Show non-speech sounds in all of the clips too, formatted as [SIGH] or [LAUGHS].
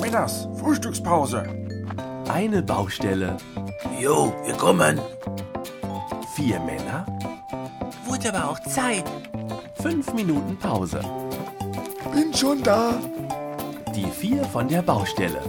Peters, Frühstückspause. Eine Baustelle. Jo, wir kommen. Vier Männer. Wurde aber auch Zeit. Fünf Minuten Pause. Bin schon da. Die vier von der Baustelle.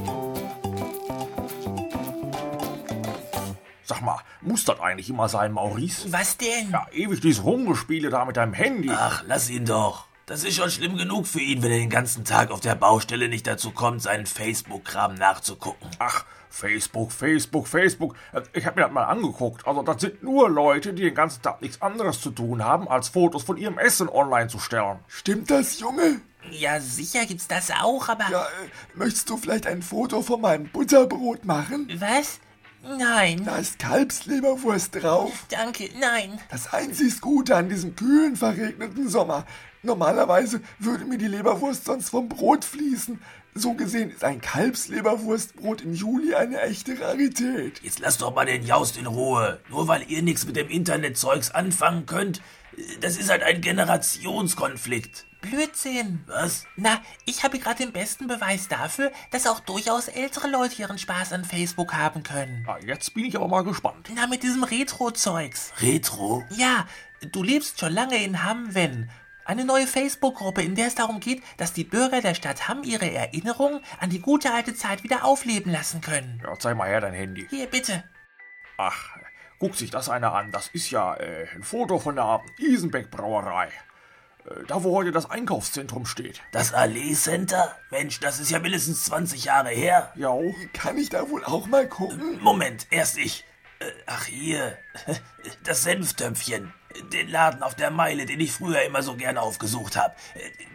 Sag mal, muss das eigentlich immer sein, Maurice? Was denn? Ja, ewig dieses Rumgespiele da mit deinem Handy. Ach, lass ihn doch. Das ist schon schlimm genug für ihn, wenn er den ganzen Tag auf der Baustelle nicht dazu kommt, seinen Facebook-Kram nachzugucken. Ach, Facebook, Facebook, Facebook. Äh, Ich habe mir das mal angeguckt. Also das sind nur Leute, die den ganzen Tag nichts anderes zu tun haben, als Fotos von ihrem Essen online zu stellen. Stimmt das, Junge? Ja, sicher gibt's das auch, aber. Ja, äh, möchtest du vielleicht ein Foto von meinem Butterbrot machen? Was? Nein. Da ist Kalbsleberwurst drauf. Danke, nein. Das einzig Gute an diesem kühlen, verregneten Sommer. Normalerweise würde mir die Leberwurst sonst vom Brot fließen. So gesehen ist ein Kalbsleberwurstbrot im Juli eine echte Rarität. Jetzt lasst doch mal den Jaust in Ruhe. Nur weil ihr nichts mit dem Internetzeugs anfangen könnt, das ist halt ein Generationskonflikt. Blödsinn. Was? Na, ich habe gerade den besten Beweis dafür, dass auch durchaus ältere Leute ihren Spaß an Facebook haben können. Ja, jetzt bin ich aber mal gespannt. Na, mit diesem Retro-Zeugs. Retro? Ja, du lebst schon lange in Hamm, wenn. Eine neue Facebook-Gruppe, in der es darum geht, dass die Bürger der Stadt Hamm ihre Erinnerungen an die gute alte Zeit wieder aufleben lassen können. Ja, zeig mal her dein Handy. Hier, bitte. Ach, guck sich das einer an. Das ist ja äh, ein Foto von der Isenbeck Brauerei. Äh, da, wo heute das Einkaufszentrum steht. Das Allee Center? Mensch, das ist ja mindestens 20 Jahre her. Ja, Kann ich da wohl auch mal gucken? Moment, erst ich. Äh, Ach hier, [LAUGHS] das Senftöpfchen. Den Laden auf der Meile, den ich früher immer so gerne aufgesucht habe.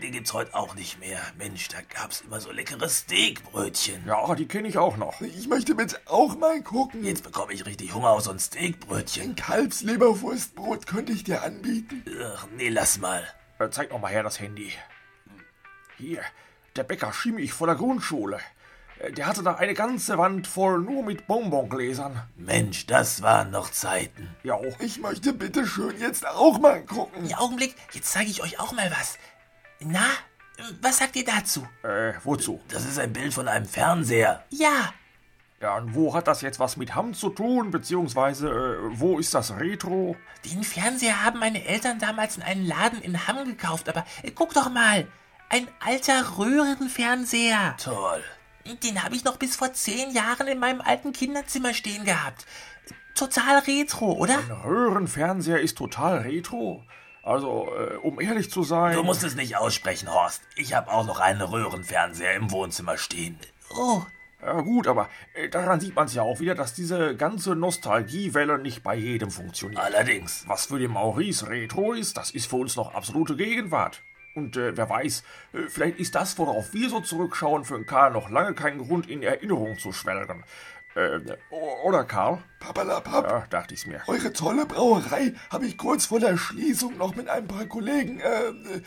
Den gibt's heute auch nicht mehr. Mensch, da gab's immer so leckere Steakbrötchen. ja, die kenne ich auch noch. Ich möchte bitte auch mal gucken. Jetzt bekomme ich richtig Hunger auf so ein Steakbrötchen. Ein Kalbsleberwurstbrot könnte ich dir anbieten. Ach, nee, lass mal. Äh, zeig noch mal her das Handy. Hier, der Bäcker Schimmich vor der Grundschule. Äh, Der hatte da eine ganze Wand voll nur mit Bonbongläsern. Mensch, das waren noch Zeiten. Ja, oh. Ich möchte bitte schön jetzt auch mal gucken. Ja, Augenblick, jetzt zeige ich euch auch mal was. Na, was sagt ihr dazu? äh, wozu? Das ist ein Bild von einem Fernseher. Ja, Ja, und wo hat das jetzt was mit Hamm zu tun? Beziehungsweise, äh, wo ist das Retro? Den Fernseher haben meine Eltern damals in einen Laden in Hamm gekauft, aber äh, guck doch mal. Ein alter Röhrenfernseher. Toll. Den habe ich noch bis vor zehn Jahren in meinem alten Kinderzimmer stehen gehabt. Total retro, oder? Ein Röhrenfernseher ist total retro. Also, äh, um ehrlich zu sein. Du musst es nicht aussprechen, Horst. Ich habe auch noch einen Röhrenfernseher im Wohnzimmer stehen. Oh, Ja gut, aber äh, daran sieht man es ja auch wieder, dass diese ganze Nostalgiewelle nicht bei jedem funktioniert. Allerdings. Was für den Maurice Retro ist, das ist für uns noch absolute Gegenwart. Und äh, wer weiß, äh, vielleicht ist das, worauf wir so zurückschauen, für einen Karl noch lange kein Grund, in Erinnerung zu schwelgen. Äh, o- oder Karl? Papalapap. Ja, dachte ich's mir. Eure tolle Brauerei habe ich kurz vor der Schließung noch mit ein paar Kollegen äh, äh,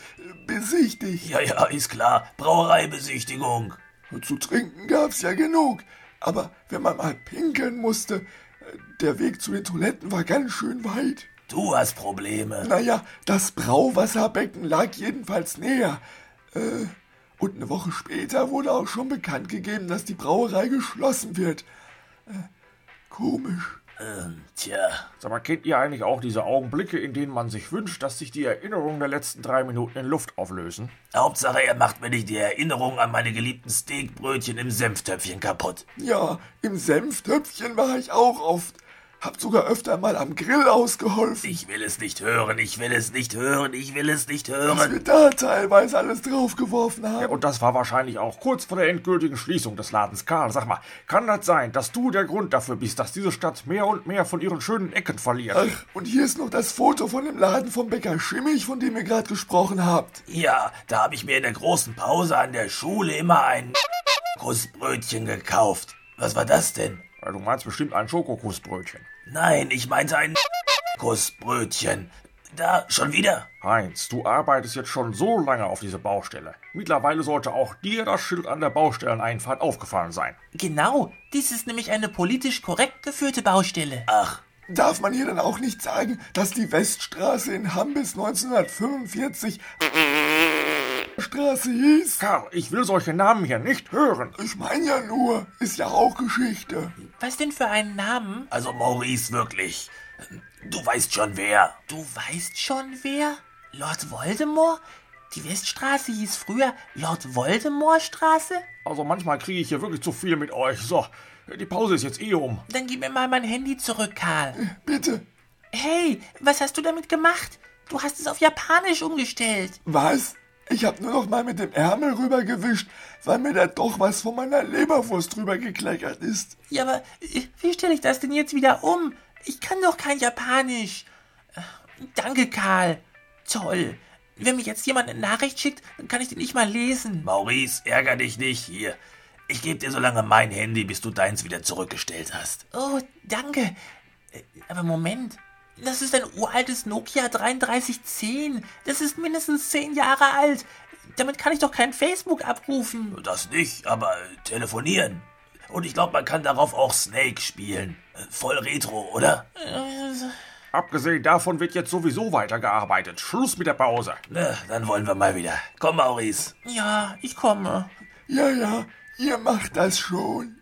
besichtigt. Ja, ja, ist klar. Brauereibesichtigung. Zu trinken gab's ja genug. Aber wenn man mal pinkeln musste, äh, der Weg zu den Toiletten war ganz schön weit. Du hast Probleme. Naja, das Brauwasserbecken lag jedenfalls näher. Äh, und eine Woche später wurde auch schon bekannt gegeben, dass die Brauerei geschlossen wird. Äh, komisch. Ähm, tja. Sag mal, kennt ihr eigentlich auch diese Augenblicke, in denen man sich wünscht, dass sich die Erinnerungen der letzten drei Minuten in Luft auflösen? Hauptsache, er macht mir nicht die Erinnerung an meine geliebten Steakbrötchen im Senftöpfchen kaputt. Ja, im Senftöpfchen war ich auch oft. Hab sogar öfter mal am Grill ausgeholfen. Ich will es nicht hören, ich will es nicht hören, ich will es nicht was hören. wir da teilweise alles draufgeworfen haben. Ja, Äh, und das war wahrscheinlich auch kurz vor der endgültigen Schließung des Ladens. Karl, sag mal, kann das sein, dass du der Grund dafür bist, dass diese Stadt mehr und mehr von ihren schönen Ecken verliert? Ach, und hier ist noch das Foto von dem Laden vom Bäcker Schimmich, von dem ihr gerade gesprochen habt. Ja, da habe ich mir in der großen Pause an der Schule immer ein Kussbrötchen gekauft. Was war das denn? Ja, Äh, Du meinst bestimmt ein Schokokussbrötchen. Nein, ich meinte ein Kussbrötchen. Da, schon wieder? Heinz, du arbeitest jetzt schon so lange auf diese Baustelle. Mittlerweile sollte auch dir das Schild an der Baustelleneinfahrt aufgefallen sein. genau. Dies ist nämlich eine politisch korrekt geführte Baustelle. Ach, Darf man hier dann auch nicht sagen, dass die Weststraße in Hamm bis 1945 Straße hieß? Karl, ich will solche Namen hier nicht hören. Ich meine ja nur, ist ja auch Geschichte. Was denn für einen Namen? Also Maurice, wirklich. Du weißt schon wer. Du weißt schon wer? Lord Voldemort? Die Weststraße hieß früher Lord Voldemort Straße? Also manchmal kriege ich hier wirklich zu viel mit euch. So, die Pause ist jetzt eh um. Dann gib mir mal mein Handy zurück, Karl. Bitte. Hey, was hast du damit gemacht? Du hast es auf Japanisch umgestellt. Was? Ich hab nur noch mal mit dem Ärmel rübergewischt, weil mir da doch was von meiner Leberwurst rübergekleckert ist. Ja, aber äh, wie stelle ich das denn jetzt wieder um? Ich kann doch kein Japanisch. Äh, Danke, Karl. Toll. Wenn mir jetzt jemand eine Nachricht schickt, dann kann ich die nicht mal lesen. Maurice, ärger dich nicht hier. Ich gebe dir so lange mein Handy, bis du deins wieder zurückgestellt hast. Oh, danke. Äh, Aber Moment. Das ist ein uraltes Nokia 3310. Das ist mindestens zehn Jahre alt. Damit kann ich doch kein Facebook abrufen. Das nicht, aber äh, telefonieren. Und ich glaube, man kann darauf auch Snake spielen. Äh, Voll retro, oder? Äh, Abgesehen davon wird jetzt sowieso weitergearbeitet. Schluss mit der Pause. Na, Ne, dann wollen wir mal wieder. Komm, Maurice. Ja, ich komme. Ja, ja, ihr macht das schon.